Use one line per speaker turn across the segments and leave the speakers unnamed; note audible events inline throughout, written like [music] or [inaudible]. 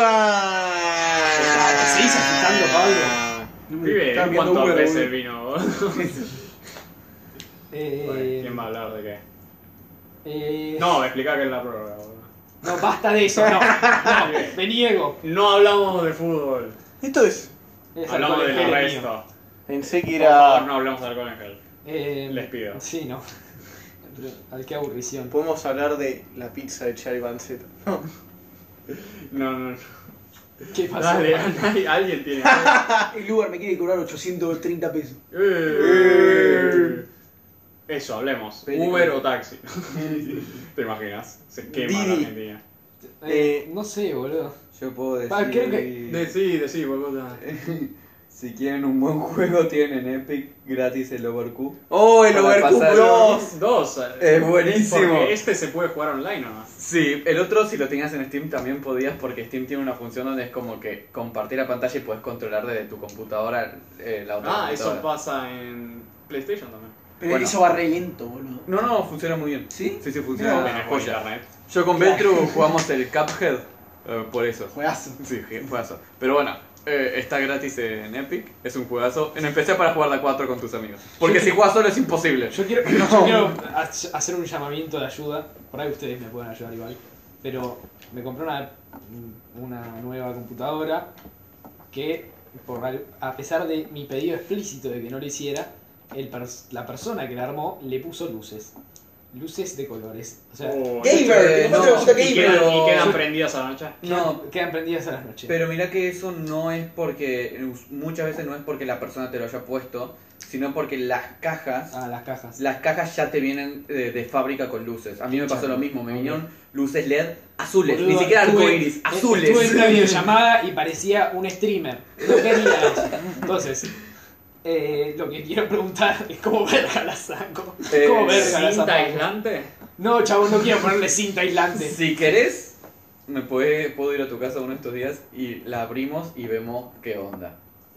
¡Prórroga!
Se seguís agitando, Pablo.
Pibe,
Estaba viendo
¿eh? ¿cuántas
Uber,
veces
boludo.
vino? [laughs]
Eh,
¿Quién va a hablar de qué?
eh,
No, explica qué es la prórroga. boludo.
no, basta
[laughs]
de eso, no. no me niego.
No hablamos de fútbol,
Esto es.
Es
hablamos
alcohol en
del
gel, mío.
resto.
Pensé que
Por favor,
era.
Oh, no hablamos de alcohol en gel.
Eh,
Les pido.
Sí, no. [laughs] Pero, ay, qué aburrición.
Podemos hablar de la pizza de Charlie Panceta. No.
No, no, no.
¿Qué
[laughs]
pasó?
Dale, nadie- alguien tiene. algo.
El Uber me quiere cobrar 830 pesos.
Eh. Eso, hablemos.
Película.
Uber o taxi. [laughs] ¿Te imaginas? Se quema la
Didi.
Argentina.
Eh, no sé, boludo.
Yo puedo decir.
Ah, creo que-
Decí, decí, boludo.
[laughs] Si quieren un buen juego, tienen en Epic gratis el Overcook.
¡Oh, el
Para
Overcooked
pasar-
2!
Dos. eh,
Es buenísimo.
Porque este se puede jugar online o no.
Sí, el otro si lo tenías en Steam también podías porque Steam tiene una función donde es como que compartir la pantalla y puedes controlar desde tu computadora eh, la otra
Ah, eso
computadora.
pasa en PlayStation también.
Pero
Bueno.
eso va re lento, boludo.
No, no, funciona muy bien.
¿Sí?
Sí, sí,
Mira,
funciona
Ah,
Tenés buen
joya.
internet.
Yo con Beltru jugamos el Cuphead eh, por eso.
Juegazo.
Sí, je- juegazo. Pero bueno, eh, está gratis en Epic, es un juegazo. En empecé para jugar la 4 con tus amigos. Porque si juegas solo es imposible.
Yo quiero, yo quiero ha- hacer un llamamiento de ayuda. Por ahí ustedes me pueden ayudar igual. Pero me compré una, una nueva computadora que, por al- a pesar de mi pedido explícito de que no lo hiciera, el pers- la persona que la armó le puso luces. Luces de colores. O sea,
Oh,
Gamer,
Eh,
¿cómo
no,
te gusta
¿Y
gamer?
quedan,
pero-
y quedan prendidas a la noche?
No,
quedan prendidas a las noches.
pero mira que eso no es porque, muchas veces no es porque la persona te lo haya puesto, sino porque las cajas
a las cajas.
las cajas ya te vienen de, de fábrica con luces. A mí me pasó
Claro.
lo mismo, me vinieron luces LED azules, ni
Boludo,
siquiera
estuve-
arcoiris, azules.
Estuve en una videollamada y parecía un streamer. No quería eso. Entonces, eh, lo que quiero preguntar es cómo verga la saco.
[laughs] Eh,
¿Cómo verga la
¿Cinta
saco?
aislante?
No, chavo, no quiero ponerle cinta aislante.
Si querés, me puede, puedo ir a tu casa uno de estos días y la abrimos y vemos qué onda.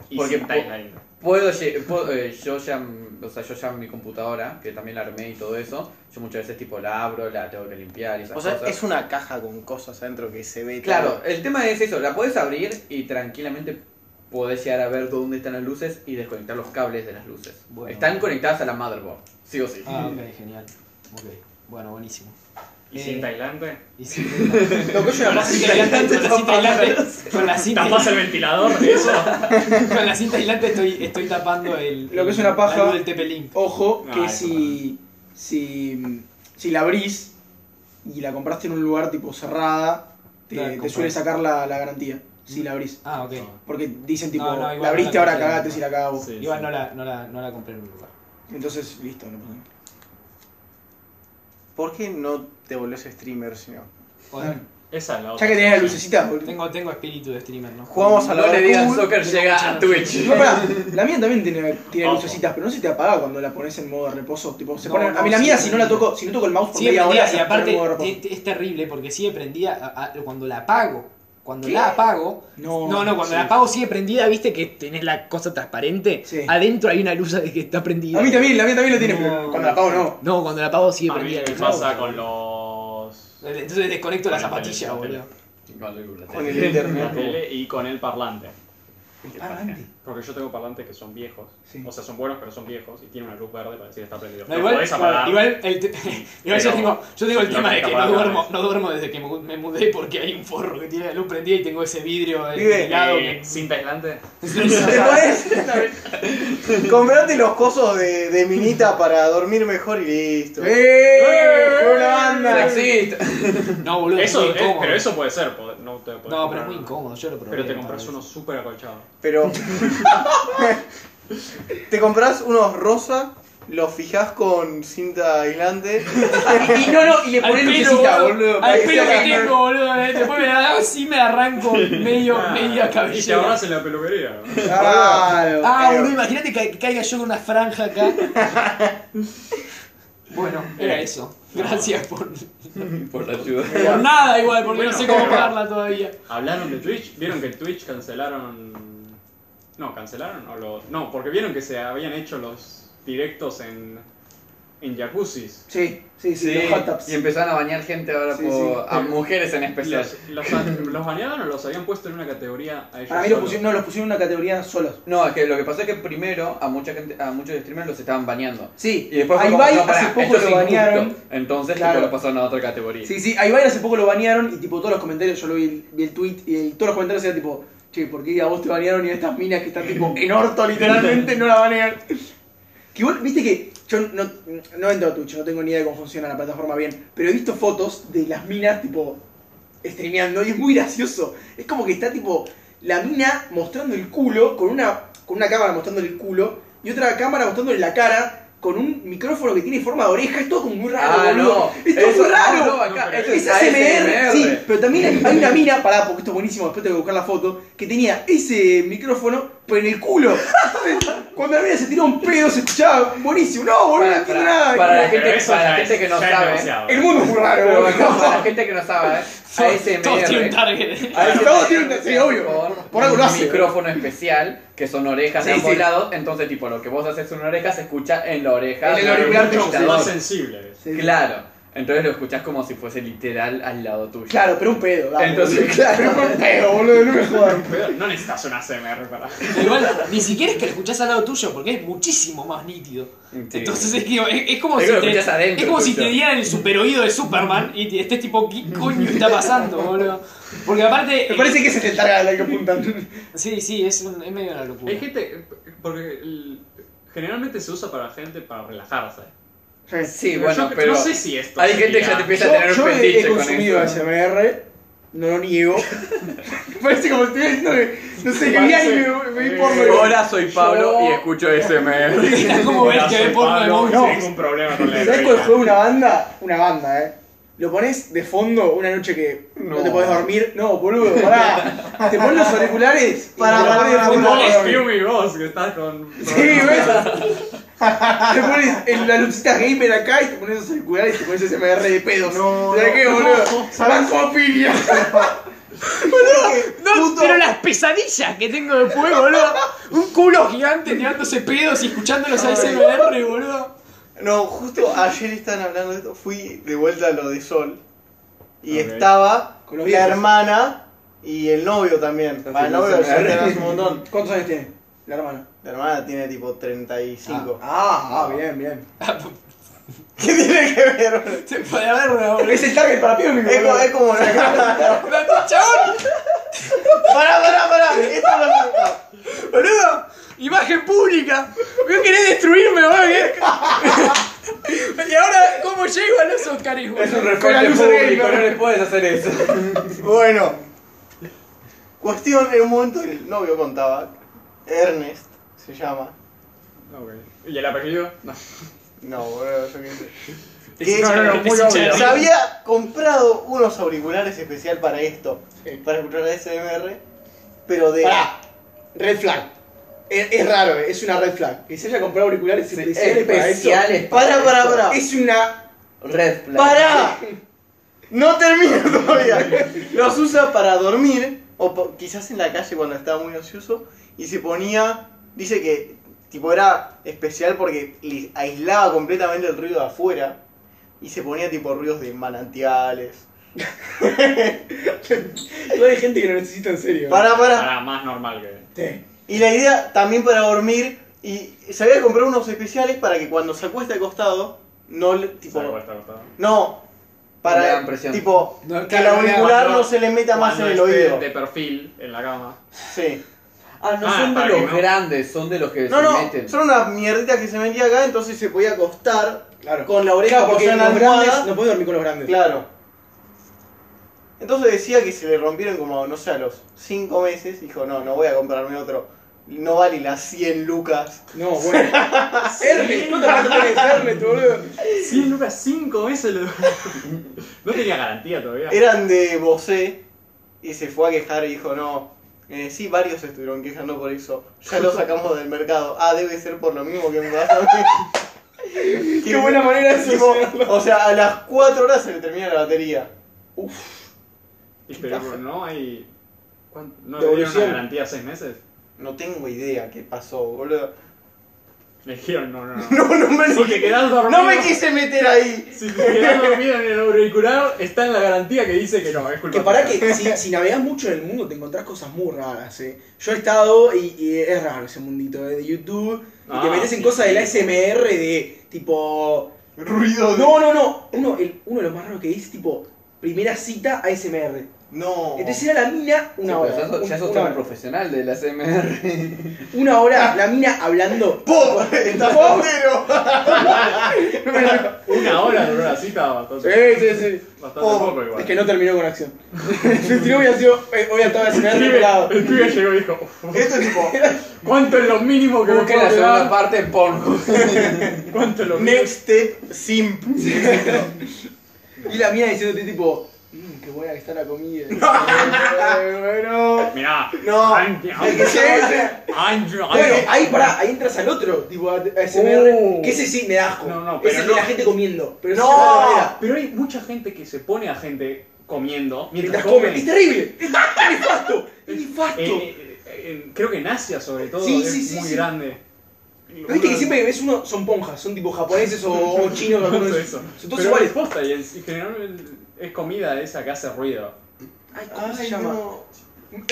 Y
Porque
cinta
po-
aislante.
Puedo, lle- puedo- eh, yo ya, mm, o sea, yo ya mi computadora, que también la armé y todo eso, yo muchas veces tipo la abro, la tengo que limpiar y esas
O sea,
cosas.
es una caja con cosas adentro que se ve. [laughs]
Claro, el tema es eso, la puedes abrir y tranquilamente podés llegar a ver dónde están las luces y desconectar los cables de las luces.
Bueno.
Están conectadas a la motherboard, sí o sí.
Ah, ok, genial. Ok, bueno, buenísimo.
¿Y
Eh,
cinta aislante?
Y [laughs] cinta aislante.
Lo
[laughs]
que es
Con
una
la
paja
cinta aislante, con la cinta aislante, con la cinta,
¿Tapas el
[laughs]
ventilador? ¿Eso?
con la cinta aislante estoy, estoy tapando el.
Lo que es una paja.
la luz del TP-Link.
Ojo,
Ah,
que
eso
si, si, si la abrís y la compraste en un lugar tipo cerrada, te,
La
te
compras.
suele sacar la, la garantía. Si la abrís.
Ah, ok.
Porque dicen tipo,
No, no, igual
la abriste
no la
ahora
compré,
cagate
no.
si la cagamos.
Sí,
Igual
sí.
no la, no, la, no la compré en un lugar.
Entonces, listo, no pasa nada.
¿Por qué no te volvés streamer si no?
Joder.
Esa es la otra.
Ya que tenés la
opción.
lucecita, boludo.
Tengo, tengo espíritu de streamer, ¿no?
Jugamos a la
no le
Overcooked.
digan soccer llega a Twitch.
No,
[laughs]
pará, la mía también tiene, tiene
Ojo.
lucecitas, pero no se te apaga cuando la pones en modo de reposo. Tipo, se
No,
pone,
no,
a mí la
sí,
mía,
sí.
si no la toco, si no toco el mouse por
Sí,
media hora,
prendía,
se
y
pone en
aparte eh,
modo de reposo.
es, es terrible porque sigue prendida a- a- cuando la apago. Cuando la apago. No, no, cuando
sí.
la apago sigue prendida, viste que tenés la cosa transparente.
Sí.
Adentro hay una luz [laughs] de que está prendida.
A mí también, la mía también lo tiene,
No.
pero cuando la apago no.
No, cuando la apago sigue
A mí
prendida.
me
la luz.
pasa con los...
Entonces desconecto la
Con la
zapatilla,
tele,
boludo.
Ah,
Con el
la [laughs]
internet.
tele y con el parlante.
El parlante.
Porque yo tengo parlantes que son viejos.
Sí.
O sea, son buenos, pero son viejos y tienen una luz verde para decir está prendido.
No,
Lo
igual,
podés apagar.
igual el te- [laughs] igual yo,
Pero-
tengo, yo tengo el
lo
tema
que
de que
capaz
no
no
duermo,
es.
no duermo desde que mu- me mudé porque hay un forro que tiene la luz prendida y tengo ese vidrio eh,
Vive,
helado
Eh,
que-
¿Cinta aislante?
[laughs]
¿Te podés? Comprate los cosos de, de minita para dormir mejor y listo.
¡Eh! ¡Fue una banda!
Sexista.
No, boludo, es
Eso,
muy
es-
incómodo.
pero eso puede ser. pod- No, te podés
No, pero es
comprar-
muy incómodo, yo lo probé.
Pero te
un par
compras
de
uno
veces.
súper acolchado.
[laughs]
Pero. te compras unos rosa, los fijás con cinta
[laughs]
aislante.
Y no, no, y le
Al
pones
pelo,
lucecita,
boludo,
boludo. para
Al
que
pelo
sea
que
más-
tengo, boludo. eh, Después me la hago así me arranco [laughs] medio,
Ah,
media
Y te
cabellera.
ahorras en la peluquería.
[laughs]
¿no?
Claro.
Ah,
Pero-
boludo, imagínate que, que caiga yo con una franja acá. [laughs] Eh. bueno, era eso. Gracias por,
[laughs] Por la ayuda.
por nada igual, porque no
Bueno,
sé cómo
pero-
pagarla todavía.
Hablaron de Twitch, vieron que Twitch cancelaron. No, cancelaron o lo. No, porque vieron que se habían hecho los directos en. en jacuzzis.
Sí, sí, sí, los hot tubs.
y empezaron a bañar gente ahora
Sí,
por-
sí.
a mujeres en especial.
Los, los, ¿los bañaron o los habían puesto en una categoría a ellos
Para mí los
solos?
pusieron, no, los pusieron en una categoría solos.
No, es que lo que pasó es que primero a mucha gente, a muchos streamers los estaban bañando.
Sí,
Y después
a
fue como,
Ibai
no, pará,
hace poco
esto es
lo
injusto.
banearon.
Entonces
Claro.
tipo, lo pasaron a otra categoría. Ah,
Sí, sí, a Ibai hace poco lo banearon y tipo todos los comentarios, yo lo vi, vi el tweet y el- todos los comentarios eran tipo, che, ¿por qué a vos te banearon y a estas minas que están tipo en orto literalmente no la banean? Que igual, viste que yo no, no entro a Twitch, no tengo ni idea de cómo funciona la plataforma bien, pero he visto fotos de las minas tipo streameando y es muy gracioso. Es como que está tipo la mina mostrando el culo con una, con una cámara mostrando el culo y otra cámara mostrándole la cara. Con un micrófono que tiene forma de oreja, es todo como muy raro,
Ah,
boludo.
no.
Es todo
Eso-
muy raro.
ah, no, acá,
No, pero
esto
Es
es
ASMR,
ASMR.
sí, pero también hay- hay una mina, pará, porque esto es buenísimo, después tengo que buscar la foto, que tenía ese micrófono, pero en el culo. Cuando la mina se tiró un pedo, se escuchaba buenísimo. No, boludo, no
Para,
entiendo
para-
nada.
para la
Pero
gente,
eso
para
ya
la gente
es-
que no
ya es
sabe.
demasiado.
El mundo es muy raro,
Pero
boludo.
bueno, para la gente que no sabe, ¿eh?
[laughs]
Todos tienen un
ASMR.
target.
A ver, todos tienen un- sí, obvio.
Con
Por algo lo
un
hace.
micrófono especial que son orejas de
Sí,
ambos
sí.
lados. Entonces, tipo, lo que vos haces en una oreja se escucha en la oreja.
En el
del
auricular
otro
que
Mucho
escuchás.
espectador.
más sensibles.
Sí.
Claro. Entonces lo escuchás como si fuese literal al lado tuyo.
Claro, pero un pedo, dale.
Entonces,
Pero fue un pedo, boludo, no me
[laughs]
jodan.
No necesitas una CMR para.
Igual, ni siquiera es que lo escuchás al lado tuyo, porque es muchísimo más nítido.
Sí.
Entonces es, que, es, es como
Es
si
que lo
te,
escuchás adentro,
es como si
escuchá.
te dieran el super oído de Superman y te- estés tipo, ¿qué coño está pasando, boludo? Porque aparte. eh,
Me parece que ese es el target al que apuntan.
Sí, sí, es, un- es medio una locura.
Hay gente. Porque el- generalmente se usa para gente para relajarse.
Sí,
Pero
bueno,
yo
pero.
No sé si esto.
hay gente que ya
sería-
te empieza a tener
yo
un
he,
fetiche
he
con
consumido
eso.
ASMR, no lo
[laughs]
niego. [laughs] Parece como estoy diciendo que, no sé, que vi
Parece-
anime, me vi porno. y-
Hola, soy Pablo y escucho ASMR.
Está como ves
Hola,
que
soy
ve porno de
Pablo,
monstruos.
No tengo ningún problema con la
¿Sabes
heroína.
cuál fue una banda? Una banda, eh. Lo pones de fondo una noche que no,
No.
te podés dormir. No, boludo,
[laughs]
pará. te pones los auriculares. y
Pará,
te los
pará,
pones de
pará,
fondo
pará.
para
No,
dormir.
es mi voz, que estás con.
Sí, ¿ves? te pones en la lucita gamer acá y te pones los auriculares y te pones ese MR de pedos.
No,
¿Sabes
no,
qué,
no,
boludo?
¿sabes?
Bancofilia.
No, pero las pesadillas que tengo después, boludo. Un culo gigante tirándose pedos y escuchando los ASMR, boludo.
No, justo ayer estaban hablando de esto. Fui de vuelta a lo de Sol. Y
Ok.
estaba
Con los
la
viejos.
hermana y el novio también. Para el
Haciendo
novio ya
[laughs]
ASMR.
tenés un montón.
¿Cuántos años tiene? La hermana.
La hermana tiene tipo 35.
Ah, ah, bien, bien.
[laughs] ¿Qué tiene que
[laughs]
ver?
Se puede haber,
[laughs]
boludo.
Es el target para pibes, mi
Es como, es
boludo.
como la
[laughs]
cara.
¡Chabón!
Pará, pará, pará. Esto no es verdad.
¡Boludo! ¡Imagen pública! ¡Vos querés destruirme,
[laughs]
boludo! ¿Y ahora cómo llego a los Oscars,
Es un
boludo?
Con la
referente
luz
público,
gamer.
no le puedes hacer eso.
Bueno, cuestión, en un momento el novio contaba, Ernest se llama,
Ok. ¿Y el apellido? No.
no, boludo, yo qué sé.
Es
Que
hincha de- es hincha de-
se había comprado unos auriculares especial para esto, para escuchar la SMR, pero de...
Pará. Red flag. Es, es raro, eh, es una red flag. Que se haya comprado auriculares especiales para eso.
Especiales
Para, para, para.
Es una.
Red flag. [laughs]
¡Pará! No termino todavía. Los usa para dormir, o po- quizás en la calle cuando estaba muy ansioso, y se ponía, dice que tipo era especial porque li- aislaba completamente el ruido de afuera, y se ponía tipo ruidos de manantiales.
No hay gente que lo necesita en serio.
Para, para.
Para más normal que.
Sí.
Y la idea también para dormir, y se había comprado unos especiales para que cuando se acuesta acostado, no le- tipo,
Sabe cuál está acostado.
no,
No le
para
dan presión.
tipo,
No,
que el
claro, no le dan-
auricular
cuando-
no se le meta más en
Cuando
el
esté
oído.
De perfil en la cama.
Sí.
Ah, no
Ah,
son de
para que
los
no.
grandes, son de los que
No,
se
no,
meten.
son unas mierditas que se metía acá, entonces se podía acostar
Claro.
con la oreja
Claro, porque
apoyada en
los
la almohada.
grandes no puedes dormir con los grandes.
Claro. Entonces decía que se le rompieron como, no sé, a los 5 meses. Dijo, no, no voy a comprarme otro. No vale las 100 lucas.
No, [laughs] bueno. Ernest, ¿cuánto te tenés, Ernest, boludo?
100 lucas, 5 meses. lo- [laughs] no tenía garantía todavía.
Eran de Bosé y se fue a quejar y dijo, no. Eh, sí, varios se estuvieron quejando por eso. Ya lo sacamos del mercado. Ah, debe ser por lo mismo que me pasa a mí.
[laughs] Qué buena manera de
Tipo,
solucionarlo.
O sea, a las 4 horas se le termina la batería.
Y pero no hay. ¿cuán- ¿No le dieron
Devolución.
una garantía 6 meses?
No tengo idea qué pasó, boludo.
Me dijeron, no, no, no.
[laughs] No, no me,
Si te quedas dormido.
no me quise meter ahí.
Si te quedas dormido en el auricular, está en la garantía que dice que no, es culpa
Que para
tuya.
que si, si navegas mucho en el mundo te encontrás cosas muy raras, eh. Yo he estado y, y es raro ese mundito eh, de YouTube. Y te
Ah,
metes en
sí,
cosas
sí.
del ASMR de tipo.
Ruido de.
No, no, no. Uno, el- uno de los más raros que dice tipo. Primera cita ASMR.
No.
Entonces era la mina
Oh. Sí,
una
pero
hora.
ya, sos- ya sos
una,
tan
hora
profesional de la CMR.
Una hora la mina
[laughs]
hablando.
¡Pum! [laughs] ¡Estás soltero!
Una hora duró la cita,
Sí,
bastante,
sí, sí.
bastante
Oh,
poco igual.
Es que no terminó con acción. [laughs] si no hubiera sido. eh, Hubiera estado ASMR
el,
pelado.
pibe, [laughs] el pibe llegó y dijo, "Uf,
Esto es [laughs] tipo.
¿cuánto es lo mínimo que me
Busquen
puedo
la segunda
quedar?
parte en porno.
¿Cuánto es lo mínimo?
Next step simp.
Y la mina diciéndote tipo. Mmm, qué buena que está la
[laughs]
comida. Eh, bueno.
Mirá,
No.
Andrew, Andrew,
Ah,
Bueno,
Andrew.
ahí pará, ahí entras al otro, tipo a- a SMR,
Oh.
Uh.
que ese sí me da asco.
No, no, pero
ese es
no.
de la gente comiendo. Pero
No.
ese es de otra manera.
Pero hay mucha gente que se pone a gente comiendo mientras
Mientras
come. Eh,
comen, es terrible, es nefasto, es nefasto.
En- en- en- creo que en Asia sobre todo
Sí,
es
sí, sí,
muy
sí.
grande.
¿No viste que siempre que ves uno son ponjas, son tipo japoneses o, o chinos? o algunos-
Todo eso.
Son
Pero
todos iguales.
es posta y es, y generalmente es comida esa que hace ruido.
Ay, ¿cómo se
Ay,
llama?
no.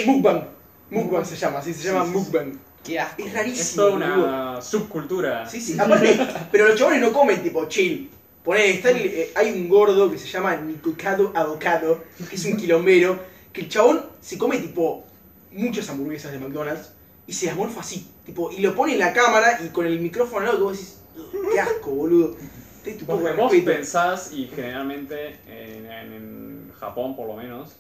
Mukbang. Mukbang se llama, sí, se llama mukbang.
Qué asco.
Es
Es
rarísimo.
toda
boludo.
una subcultura.
Sí, sí, aparte, pero los chabones no comen tipo chill. Poné, está el- eh, hay un gordo que se llama Nicucado Avocado, que es un quilombero, que el chabón se come tipo muchas hamburguesas de McDonald's y se las morfa así, tipo, y lo pone en la cámara y con el micrófono al lado que vos decís, "Ugh, qué asco, boludo. Tenés tu poco de
Porque Pues vos
respeto.
pensás y generalmente en, en- en Japón por lo menos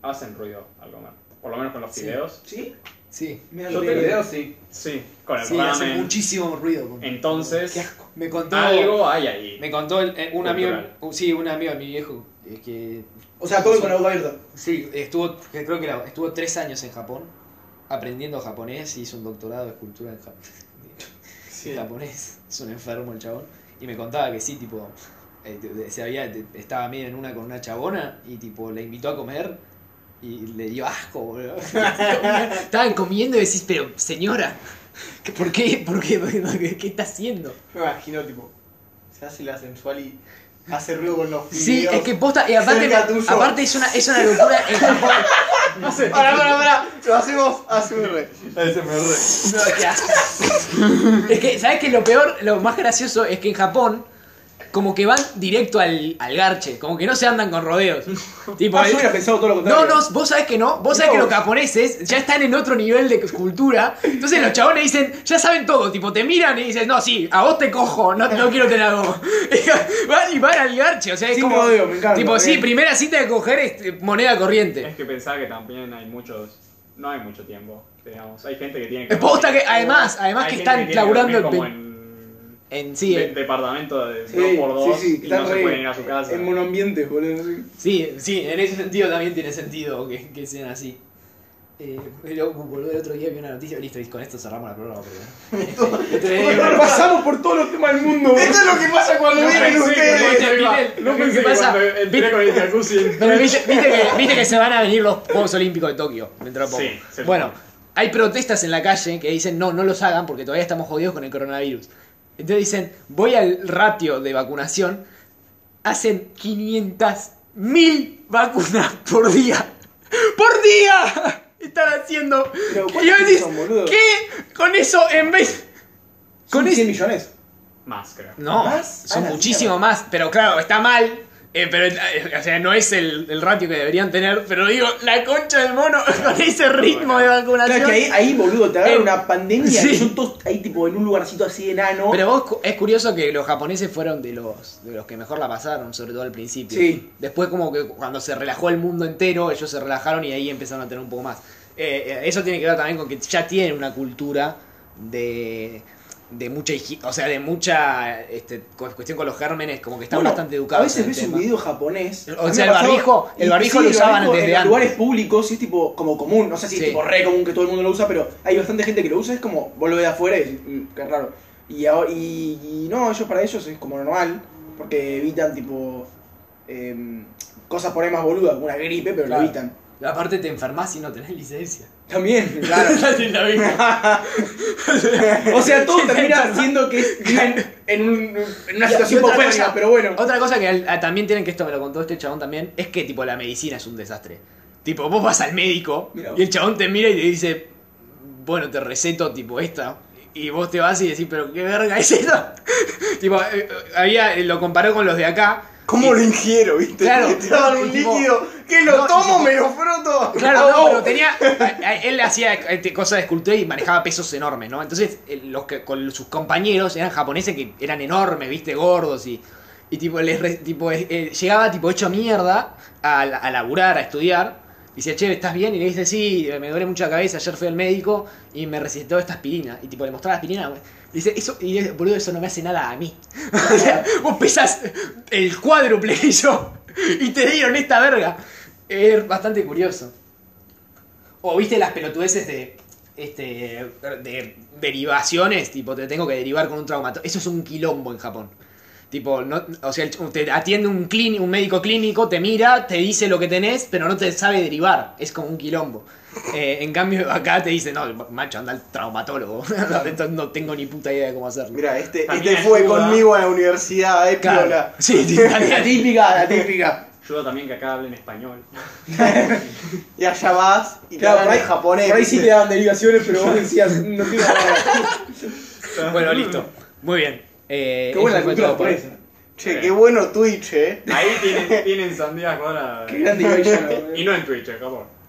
hacen ruido al comer. Por lo menos con los
Sí.
fideos.
¿Sí?
Sí.
Mira
Yo
lo
Los
te
que-
videos sí.
Sí, con el
Sí, hace
ramen.
muchísimo ruido. con-
Entonces,
Qué asco.
Me contó.
algo hay ahí.
Me contó el- eh, un amigo.
Cultural.
un- sí, un amigo de mi viejo. eh, que.
O sea, comen con la boca abierta.
Sí, estuvo. que creo que era- estuvo tres años en Japón. Aprendiendo japonés. Hizo un doctorado de escultura [laughs] en Japón. japonés. Es un enfermo el chabón. Y me contaba que sí, tipo. eh, te- te- se había, te- estaba medio en una con una chabona y tipo la invitó a comer y le dio asco, boludo. [laughs] Estaban comiendo y decís, pero señora, ¿qué- ¿por qué? ¿Por qué? ¿Qué, qué está haciendo?
Me imagino, tipo. Se hace la sensual y hace ruido con los
Sí,
fideos. [laughs]
es que posta, y aparte,
Cerca tuyo.
aparte es, una, es una locura en Japón.
Hace-
Pará, pará, pará. Lo hacemos ASMR.
No, qué asco. [laughs] es que, ¿sabes qué? Lo peor, lo más gracioso es que en Japón, como que van directo al, al garche, como que no se andan con
[laughs]
rodeos. tipo,
Ah,
el-
yo hubiera pensado todo lo
no,
contrario.
no, vos sabés que no, vos sabés que los japoneses ya están en otro nivel de cultura, entonces los chabones dicen, ya saben todo, tipo, te miran y dicen, no, sí, a vos te cojo, no, no quiero tener algo. [laughs] van y van al garche, o sea, es
Sin
como...
rodeo, me encanta,
tipo, sí,
bien.
primera cita de coger es eh, moneda corriente.
Es que pensaba que también hay muchos. No hay mucho tiempo, digamos. Hay gente que tiene que.
Es posta que, además, además
Hay
que
gente
están
tiene
laburando
dormir como
en-
en.
En sí,
de-
eh,
departamento de
Sí,
2x2
sí, sí,
y
están
no se
re-
pueden ir a su casa.
En monoambientes, boludo. sí.
sí, sí, en ese sentido también tiene sentido que, que sean así. Eh, pero, boludo, el otro día vi una noticia, listo, y con esto cerramos la programa. porque- Yo te-
Pasamos por todos los temas del mundo.
Esto es lo que pasa cuando
No
vienen
pensé que
ustedes.
cuando iba-
Miren,
No
lo que
pensé que
pasa-
cuando entré
Miren-
con el jacuzzi.
[laughs] Pero viste, viste que, viste que se van a venir los Juegos Olímpicos de Tokio dentro de poco.
Sí, se
bueno,
supone.
hay protestas en la calle que dicen no, no los hagan porque todavía estamos jodidos con el coronavirus. Entonces dicen, voy al ratio de vacunación, hacen 500.000 vacunas por día. [laughs] ¡Por día! Están haciendo.
Pero,
Y
¿cuántos
vos decís,
son, boludo?
¿qué? Con eso en vez.
Son
Con
100
eso.
millones.
Más, creo.
No,
¿Más?
son
Ah, la
muchísimo más, pero claro, está mal. eh, pero, eh, o sea, no es el, el ratio que deberían tener, pero digo, la concha del mono [laughs] con ese ritmo de vacunación.
Claro que ahí, ahí, boludo, te agarra
Eh,
una pandemia
sí.
y son todos ahí, tipo, en un lugarcito así enano.
Pero vos, cu- es curioso que los japoneses fueron de los, de los que mejor la pasaron, sobre todo al principio.
Sí.
Después como que cuando se relajó el mundo entero, ellos se relajaron y ahí empezaron a tener un poco más. Eh, eh, eso tiene que ver también con que ya tienen una cultura de, de mucha higi- o sea, de mucha este, cu- cuestión con los gérmenes, como que están
Bueno,
bastante educados.
A veces
en el
ves un
tema.
video japonés.
O
A mí
sea,
me ha
el
pasado-
barbijo- el
y-
barbijo
sí,
lo
el
usaban
barbijo
desde
en los
antes.
lugares públicos y es tipo como común. No sé si
Sí.
es tipo re común que todo el mundo lo usa, pero hay bastante gente que lo usa. Es como vos lo ves de afuera y decís, "Mm, qué raro. Y, ahora- y, y no, ellos para ellos es como normal porque evitan tipo em, cosas por ahí más boludas, como una gripe, pero
Claro.
lo evitan.
Aparte te enfermas si no tenés licencia. [laughs]
También, claro.
Así la [laughs] misma.
[laughs] O sea, todo termina siendo
[laughs]
que es en, en un- en una
Y-
situación
y otra
paupérrima,
cosa-
pero bueno.
[laughs] Otra cosa que al- ah, también tienen que esto me lo contó este chabón también, es que tipo la medicina es un desastre. Tipo, vos vas al médico
Mirá vos.
y el chabón te mira y te dice, bueno, te receto tipo esta. Y vos te vas y decís, pero qué verga es esto. [laughs] tipo, eh, había, lo comparó con los de acá.
¿Cómo lo ingiero, viste?
Claro.
Te daban un
Y tipo-
líquido que lo
No, y
tomo,
tipo-
me lo froto. [laughs]
Claro,
Ah,
no,
oh.
pero tenía. a- a- Él hacía este, cosas de escultura y manejaba pesos enormes, ¿no? Entonces, eh, los que, con sus compañeros eran japoneses que eran enormes, ¿viste? Gordos y. Y tipo, les re- tipo eh, eh, llegaba tipo hecho mierda a, la- a laburar, a estudiar. Y decía, che, ¿estás bien? Y le dice, sí, me duele mucho la cabeza, ayer fui al médico y me recetó esta aspirina. Y tipo, le mostraba la aspirina. güey. Y dice, eso, y dice, boludo, eso no me hace nada a mí. o sea, [laughs] vos pesás el cuádruple que yo y te dieron esta verga. Es bastante curioso. O viste las pelotudeces de. Este. de derivaciones, tipo, te tengo que derivar con un traumatólogo. Eso es un quilombo en Japón. Tipo, no, o sea, el ch- te atiende un, clíni- un médico clínico, te mira, te dice lo que tenés, pero no te sabe derivar. Es como un quilombo. Eh, en cambio, acá te dice, no, macho, anda al traumatólogo. [laughs] no, no tengo ni puta idea de cómo hacerlo.
Mira, este,
También
este fue
ayuda.
conmigo a la universidad, eh, piola.
Sí, sí,
La típica, la típica.
Ayuda también que acá hablen español.
Y allá vas y
Claro,
te
por
hablan
ahí,
en japonés.
por ahí sí te
¿viste?
daban derivaciones, pero vos decías, no
[laughs]
tengo
[laughs]
nada.
bueno, listo. Muy bien. Eh,
Qué buena la
eso fue
cultura
todo por hoy.
japonesa.
Che, qué bueno Twitch, eh.
Ahí tienen, tienen sandías ahora.
Qué grande Yoyano, boludo.
Y no en Twitch, por favor.